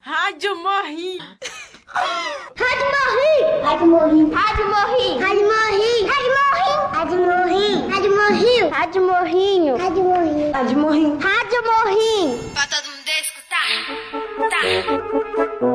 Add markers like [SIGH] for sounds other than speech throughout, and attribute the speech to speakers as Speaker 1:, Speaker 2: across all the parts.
Speaker 1: Rádio Morri!
Speaker 2: Rádio Morri! Rádio Morri! Rádio Morri! Rádio Morri! Rádio Morri! Rádio Morri! Rádio Morrinho! Rádio Morrinho! Rádio Morrinho! Rádio Morrinho!
Speaker 3: Pra todo mundo escutar. Tá.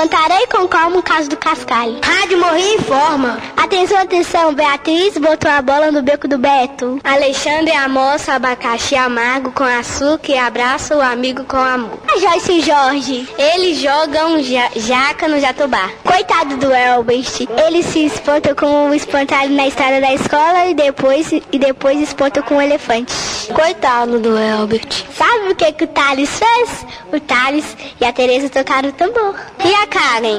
Speaker 2: Contarei com calma o caso do Cascalho. Rádio Morri informa. Atenção, atenção, Beatriz botou a bola no beco do Beto. Alexandre amoça abacaxi amargo com açúcar e abraça o amigo com amor. A Joyce e Jorge, eles jogam ja- jaca no jatobá. Coitado do Elbert, ele se espanta com o espantalho na estrada da escola e depois, e depois espanta com o elefante. Coitado do Elbert. Sabe o que, que o Thales fez? O Thales e a Tereza tocaram o tambor. E a Karen?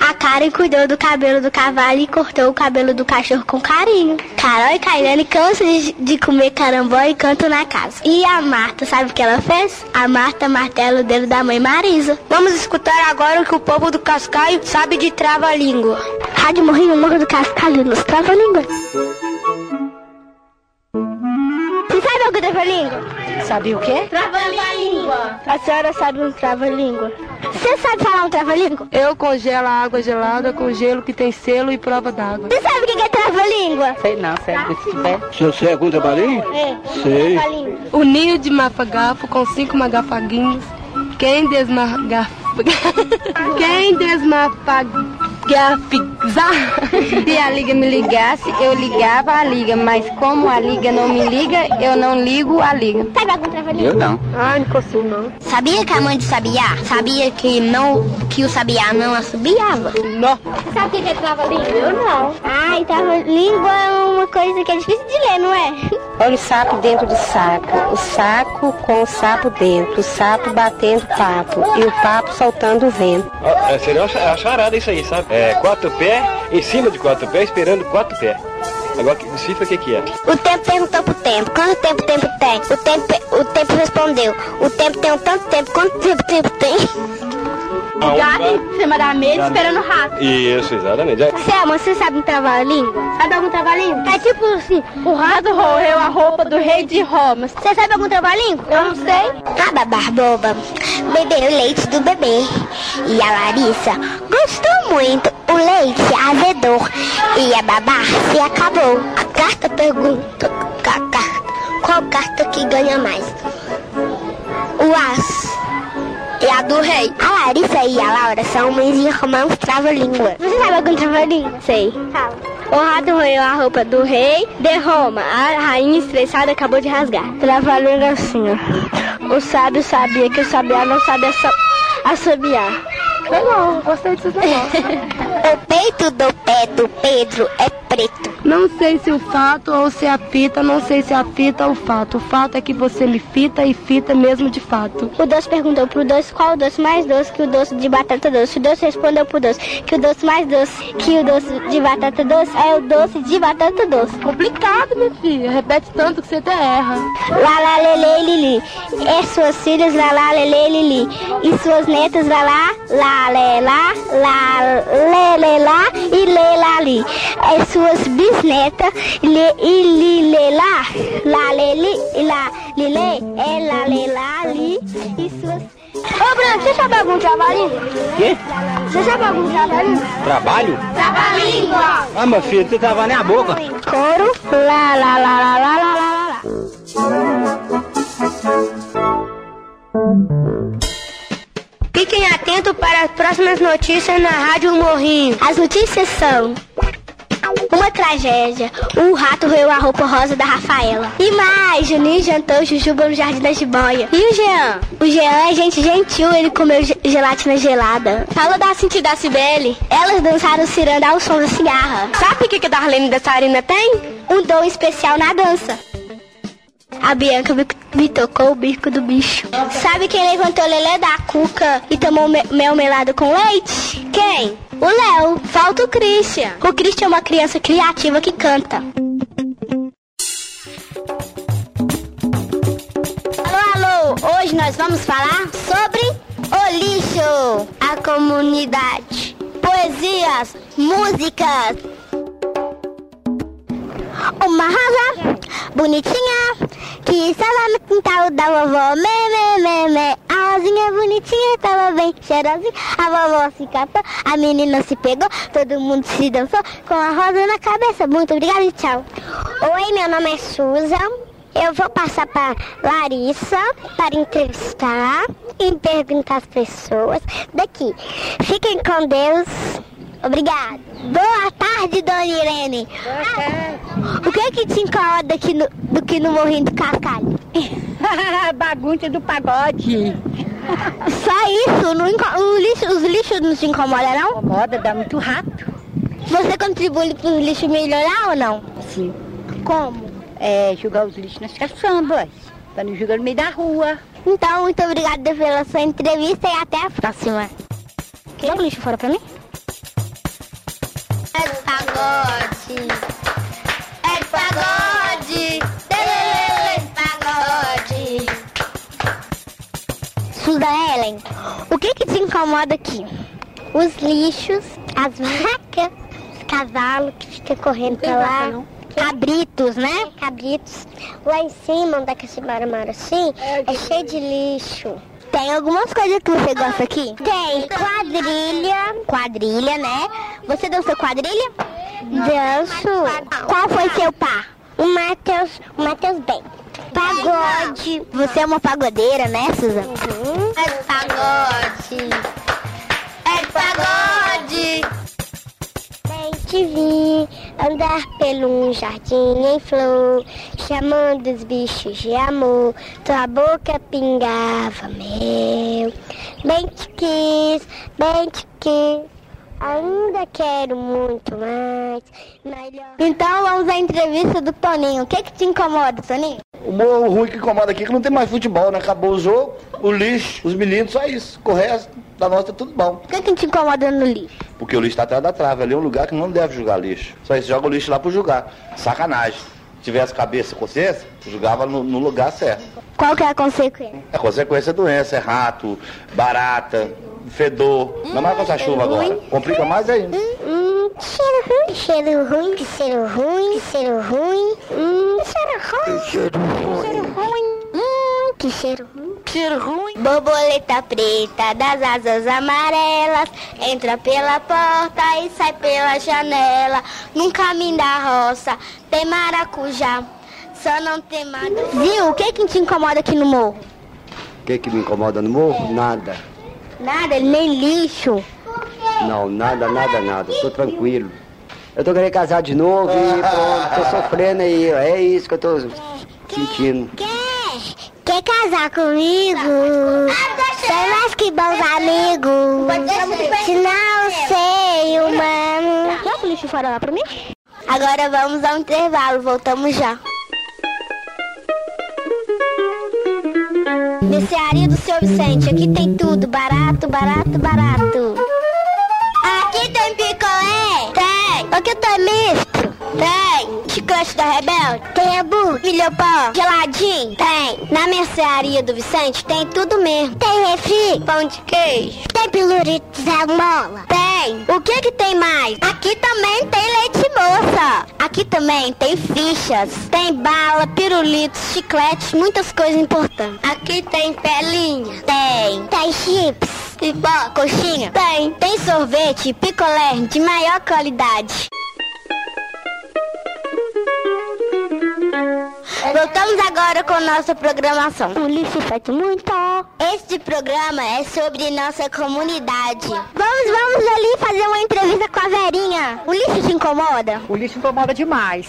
Speaker 2: A Karen cuidou do cabelo do cavalo e cortou o cabelo do cachorro com carinho. Carol e Kairane cansam de, de comer carambó e cantam na casa. E a Marta, sabe o que ela fez? A Marta martela o dedo da mãe Marisa. Vamos escutar agora o que o povo do Cascaio sabe de trava-língua. Rádio Morrinho, Morro do Cascaio, nos trava-língua. Você sabe o que é trava-língua?
Speaker 4: Sabe o quê?
Speaker 2: Trava-língua. A senhora sabe um trava-língua? Você sabe falar um trava-língua?
Speaker 4: Eu congelo a água gelada com gelo que tem selo e prova d'água.
Speaker 2: Você sabe o que que é [LAUGHS] trava-língua?
Speaker 4: Sei não, sério, se tiver.
Speaker 5: Seu Cego da Barim?
Speaker 2: É,
Speaker 5: Sei.
Speaker 2: trava-língua.
Speaker 4: O ninho de mafagafo com cinco magafaguinhos. Quem desmagaf... [LAUGHS] Quem desmafagafizar
Speaker 6: Se a liga me ligasse, eu ligava a liga, mas como a liga não me liga, eu não ligo a liga.
Speaker 2: Sabe algum trava-língua?
Speaker 5: Eu não.
Speaker 4: Ai, não consigo não.
Speaker 2: Tá Sabia que a mãe de Sabiá sabia que, não, que o Sabiá não assobiava?
Speaker 4: Nó.
Speaker 2: Você sabe o que é trava-língua? Eu não. Ai, trava-língua é uma coisa que é difícil de ler, não é?
Speaker 7: Olha o sapo dentro do saco, o saco com o sapo dentro, o sapo batendo papo e o papo soltando o vento.
Speaker 5: É, seria uma cha- uma charada isso aí, sabe? É, quatro pés, em cima de quatro pés, esperando quatro pés. Agora, que- cifra o que que é?
Speaker 2: O tempo perguntou pro tempo, quanto tempo o tempo tem? O tempo, o tempo respondeu, o tempo tem um tanto tempo, quanto tempo o tempo tem?
Speaker 5: Ah, um
Speaker 2: em cima da mesa esperando o rato.
Speaker 5: Isso, exatamente. É.
Speaker 2: Selma, você sabe um trava-língua? Sabe algum trava-língua? É tipo assim, o rato roeu a roupa do rei de Roma. Você sabe algum trava-língua? Eu não sei. Raba barboba, bebeu o leite do bebê. E a Larissa gostou muito. O leite azedou e a babá se acabou. A carta pergunta, ca- carta, qual carta que ganha mais? O aço. E a do rei. A Larissa e a Laura são mães e irmãos trava-língua. Você sabe algum trava-língua? Sei. Fala. O rato roeu a roupa do rei de Roma. A rainha estressada acabou de rasgar. Trava-língua assim, ó. O sábio sabia que o sabiá não sabe assobiar.
Speaker 4: Legal, gostei disso né?
Speaker 2: [LAUGHS]
Speaker 4: negócios.
Speaker 2: O peito do pé do Pedro é preto.
Speaker 4: Não sei se o fato ou se a fita, não sei se a fita ou o fato. O fato é que você me fita e fita mesmo de fato.
Speaker 2: O doce perguntou pro doce qual o doce mais doce que o doce de batata doce. O doce respondeu pro doce que o doce mais doce que o doce de batata doce é o doce de batata doce.
Speaker 4: Complicado, minha filha. Repete tanto que você
Speaker 2: [LAUGHS]
Speaker 4: até erra.
Speaker 2: Lalá, lelê, lili. É suas filhas, lalá, lelê, lili. E suas netas, lalá, lalelá, lalelá e lelali. É suas bisnetas, lê e lilelá, laleli e lalilê, é lalelali e suas... Ô, Bruno, você sabe algum trabalhinho?
Speaker 5: Quê?
Speaker 2: Você sabe algum trabalhinho?
Speaker 5: Trabalho?
Speaker 2: Trabalhinho!
Speaker 5: Ah, meu filho, tu tava nem a boca.
Speaker 2: Coro, lá, lá, lá, lá, lá, lá, lá, lá.
Speaker 6: Fiquem atentos para as próximas notícias na Rádio Morrinho.
Speaker 2: As notícias são. Uma tragédia. Um rato roeu a roupa rosa da Rafaela. E mais, Juninho jantou jujuba no Jardim da Jiboia. E o Jean? O Jean é gente gentil, ele comeu ge- gelatina gelada. Fala da Cinti e da Cibele. Elas dançaram ciranda ao som da cigarra.
Speaker 6: Sabe o que, que a Darlene da Sarina tem?
Speaker 2: Um dom especial na dança. A Bianca me, me tocou o bico do bicho. Sabe quem levantou o lelé da cuca e tomou me- mel melado com leite? Quem? O Léo. Falta o Christian. O Christian é uma criança criativa que canta. Alô, alô! Hoje nós vamos falar sobre o lixo, a comunidade, poesias, músicas. Uma rosa bonitinha Que estava no quintal da vovó, mê, mê, mê, mê. A rosinha bonitinha estava bem cheirosinha. A vovó se catou, a menina se pegou, todo mundo se dançou com a rosa na cabeça. Muito obrigada e tchau. Oi, meu nome é Susan. Eu vou passar para Larissa para entrevistar e perguntar às pessoas daqui. Fiquem com Deus. Obrigada. Boa tarde, dona Irene. Boa tarde. O que é que te incomoda aqui no, do que no Morrinho do Cascalho? [LAUGHS]
Speaker 1: Bagunça do pagode.
Speaker 2: Só isso? Não inco- o lixo- os lixos não te incomodam, não?
Speaker 1: Moda dá muito rato.
Speaker 2: Você contribui para os lixos melhorar ou não?
Speaker 1: Sim.
Speaker 2: Como?
Speaker 1: É, jogar os lixos nas caçambas.
Speaker 2: Tá
Speaker 1: Pra não jogar no meio da rua.
Speaker 2: Então, muito obrigada pela sua entrevista e até a próxima. Quer o lixo fora pra mim? É do pagode. É do pagode. Lelelele do pagode. Suda Ellen, o que que te incomoda aqui? Os lixos, as [LAUGHS] vacas, os cavalos que ficam correndo pra lá. Cabritos, né? Cabritos. Lá em cima, onde é que se maramara assim, é cheio de lixo. Tem algumas coisas que você gosta Ah, aqui? Tem quadrilha. Quadrilha, né? Você dançou quadrilha? Danço. Qual foi seu par? O Matheus, o Matheus Bem. Pagode. Você é uma pagodeira, né, Susan? Uhum. É pagode. É pagode. Bem te vi andar pelo um jardim em flor, chamando os bichos de amor, tua boca pingava mel. Bem te quis, bem te quis, ainda quero muito mais, melhor. Então vamos à entrevista do Toninho. O que que te incomoda, Toninho?
Speaker 8: O mo- o ruim que incomoda aqui é que não tem mais futebol, né? Acabou o jogo, o lixo, os meninos, só isso. Com O resto da nossa é tudo bom.
Speaker 2: O que que te incomoda no lixo?
Speaker 8: Porque o lixo tá atrás da trave, ali é um lugar que não deve jogar lixo. Só isso, joga o lixo lá pro julgar. Sacanagem. Se tivesse cabeça e consciência, jogava no, no lugar certo.
Speaker 2: Qual que é a consequência?
Speaker 8: A consequência é doença, é rato, barata, fedor. Ainda mais com essa chuva agora. Complica mais ainda.
Speaker 2: Hum, que cheiro ruim. Que cheiro ruim, que cheiro ruim, que cheiro ruim. Hum, que cheiro ruim. Que cheiro ruim. Hum, que cheiro ruim. Que cheiro ruim. Borboleta preta das asas amarelas entra pela porta e sai pela janela. No caminho da roça tem maracujá, só não tem mato. Viu? O que que te incomoda aqui no morro?
Speaker 9: O que, que me incomoda no morro? Nada.
Speaker 2: Nada, nem lixo.
Speaker 9: Não, nada, nada, nada. Tô tranquilo. Eu tô querendo casar de novo e pronto, tô sofrendo aí. É isso que eu tô sentindo.
Speaker 2: Quer? Quer casar comigo? Tem mais que bons amigos. Se não sei, humano. Joga o lixo fora lá pra mim. Agora vamos ao intervalo, voltamos já. Mercearia do seu Vicente, aqui tem tudo, barato, barato, barato. Aqui tem picolé? Tem. Aqui tem misto? Tem. Chiclete da Rebelde? Tem hambúrguer, milhopão, geladinho? Tem. Na mercearia do Vicente tem tudo mesmo. Tem refri? Pão de queijo? Tem pilurito de salmola? Tem. O que que tem mais? Aqui também tem leite moça. Aqui também tem fichas, tem bala, pirulitos, chicletes, muitas coisas importantes. Aqui tem pelinha? Tem. Tem chips? Pipoca, coxinha? Tem. Tem sorvete, picolé de maior qualidade. Voltamos agora com nossa programação. O lixo faz muito. Este programa é sobre nossa comunidade. Vamos, vamos ali fazer uma entrevista com a Verinha. O lixo te incomoda?
Speaker 1: O lixo incomoda demais.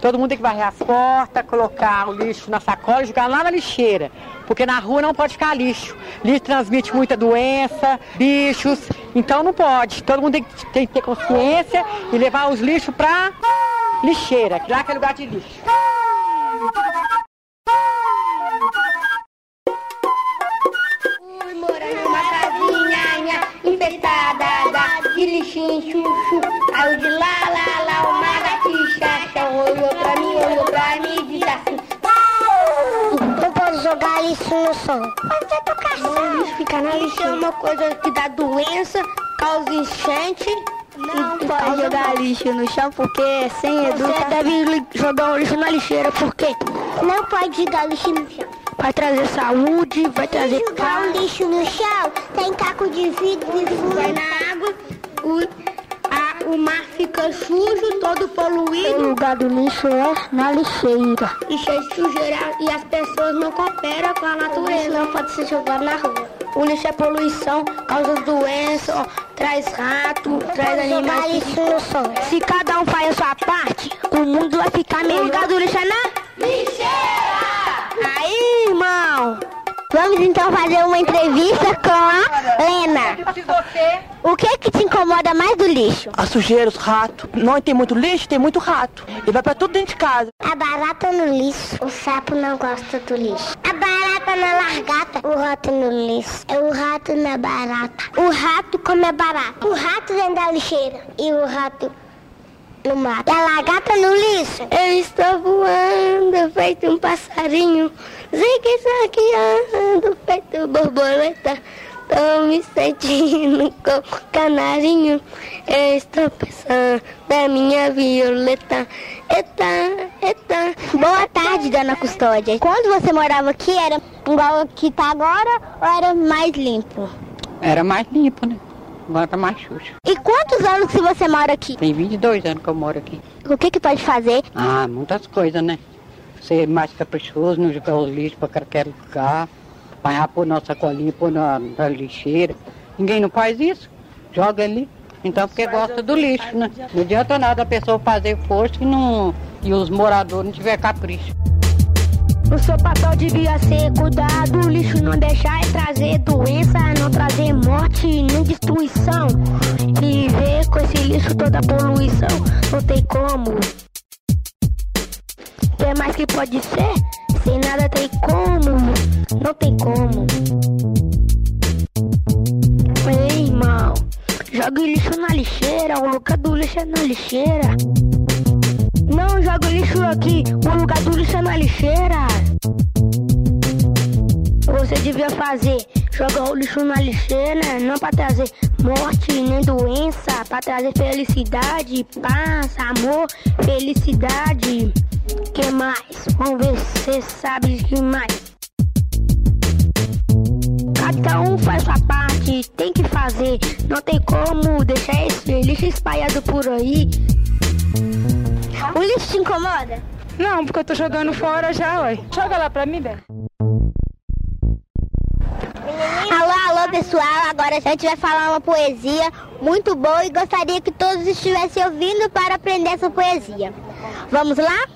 Speaker 1: Todo mundo tem que varrer as portas, colocar o lixo na sacola e jogar lá na lixeira. Porque na rua não pode ficar lixo. Lixo transmite muita doença, bichos. Então não pode. Todo mundo tem que, tem que ter consciência e levar os lixos pra lixeira, que lá que é lugar de lixo.
Speaker 6: Fui morando numa casinha infestada da- de lixinho chuchu. Aí o de lá, lá, lá, uma gatixa olhou pra mim, olhou pra mim e disse assim.
Speaker 2: Não posso jogar lixo no sol. Pode ser tocar sol.
Speaker 6: Ficar na lixeira é uma coisa que dá doença, causa enchente
Speaker 2: Não pode jogar lixo no chão porque é sem educação. Você deve jogar o lixo na lixeira porque não pode jogar lixo no chão. Vai trazer saúde, vai trazer
Speaker 6: Jogar
Speaker 2: um
Speaker 6: o lixo no chão, tem caco de vidro e furo. Vai na água, o, a- o mar fica sujo, todo
Speaker 2: O
Speaker 6: poluído
Speaker 2: lugar do lixo é na lixeira.
Speaker 6: e cheio de sujeira. E as pessoas não cooperam com a natureza.
Speaker 2: não pode ser jogado na rua. O lixo é poluição, causa doença, ó, traz rato, traz animais. Lixo no sol. Se cada um faz a sua parte, o mundo vai ficar melhor. O lugar do lixo é na lixeira! Aí, irmão! Vamos então fazer uma entrevista com a Lena.
Speaker 1: Se você
Speaker 2: O que que te incomoda mais do lixo?
Speaker 10: A sujeira, os ratos. Não tem muito lixo, tem muito rato. E vai pra tudo dentro de casa.
Speaker 2: A barata no lixo. O sapo não gosta do lixo. A barata na largata. O rato no lixo. É o rato na barata. O rato come a barata. O rato dentro da lixeira. E o rato no mato. E a largata no lixo. Eu estou voando feito um passarinho. Zigue-zagueando feito borboleta. Tô me sentindo [LAUGHS] como um canarinho. Eu estou pensando na minha violeta. Eita, eita. Boa tarde, dona Custódia. Quando você morava aqui, era igual que tá agora ou era mais limpo?
Speaker 1: era mais limpo, né? Agora tá mais xuxa.
Speaker 2: E quantos anos que você mora aqui?
Speaker 1: Tem 22 anos que eu moro aqui.
Speaker 2: O que que pode fazer?
Speaker 1: Ah, muitas coisas, né? Ser mais caprichoso, não jogar o lixo para qualquer lugar, apanhar por nossa colinha, por na, na lixeira. Ninguém não faz isso, joga ali. Então, porque gosta do lixo, né? Não adianta nada a pessoa fazer força e, não, e os moradores não tiver capricho.
Speaker 2: O seu papel devia ser cuidar do lixo, não deixar e trazer doença, não trazer morte nem destruição. E ver com esse lixo toda a poluição, não tem como. O que mais que pode ser? Sem nada tem como, não tem como. Ei, irmão, joga o lixo na lixeira, o lugar do lixo é na lixeira. Não joga o lixo aqui, o lugar do lixo é na lixeira. Você devia fazer, jogar o lixo na lixeira, não pra trazer morte nem doença, pra trazer felicidade, paz, amor, felicidade. Que mais? Vamos ver se você sabe que mais. Cada um faz sua parte, tem que fazer. Não tem como deixar esse lixo espalhado por aí. O lixo te incomoda?
Speaker 4: Não, porque eu tô jogando fora já, ué. Joga lá pra mim, velho.
Speaker 2: Alô, alô pessoal, agora a gente vai falar uma poesia muito boa e gostaria que todos estivessem ouvindo para aprender essa poesia. Vamos lá?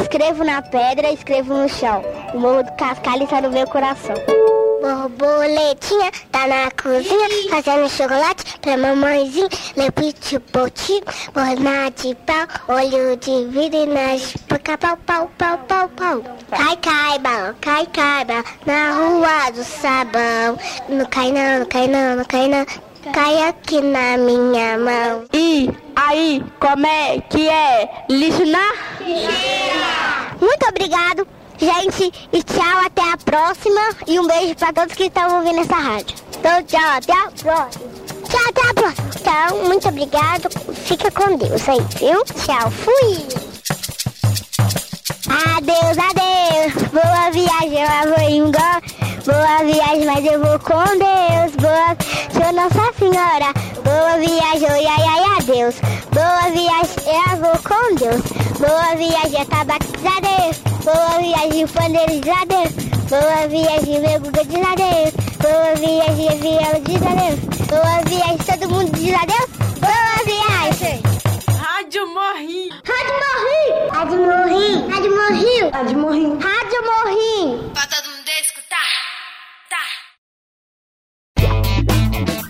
Speaker 2: Escrevo na pedra, escrevo no chão. O morro do cascalho está no meu coração. Borboletinha tá na cozinha fazendo chocolate pra mamãezinha. Lepite poti, borna de pau, olho de vidro e nas boca pau, pau, pau, pau, pau. Cai, cai, bal, cai, cai, bal, na rua do sabão. Não cai não, não cai não, não cai não. Cai aqui na minha mão.
Speaker 4: E aí, como é que é? Lixo na...
Speaker 2: Muito obrigado, gente, e tchau, até a próxima. E um beijo pra todos que estão ouvindo essa rádio. Então, tchau, até a próxima. Tchau, até a próxima. Então, muito obrigado. Fica com Deus aí, viu? Tchau, fui. Adeus, adeus. Boa viagem, eu vou embora. Boa viagem, mas eu vou com Deus. Boa, sou Nossa Senhora. Boa viagem, oi, ai, ai, adeus. Boa viagem, eu vou com Deus. Boa viagem, tabaquizadeus. Boa viagem, pandeirizadeus. Boa viagem, meu Guga diz adeus. Boa viagem, Viola diz adeus. Boa viagem, todo mundo diz adeus. Boa viagem.
Speaker 10: Rádio Morrinho.
Speaker 2: Rádio Morrinho. Rádio Morrinho. Rádio Morrinho. Rádio Morrinho. Rádio Morrinho.
Speaker 3: Pra todo mundo escutar. Tá.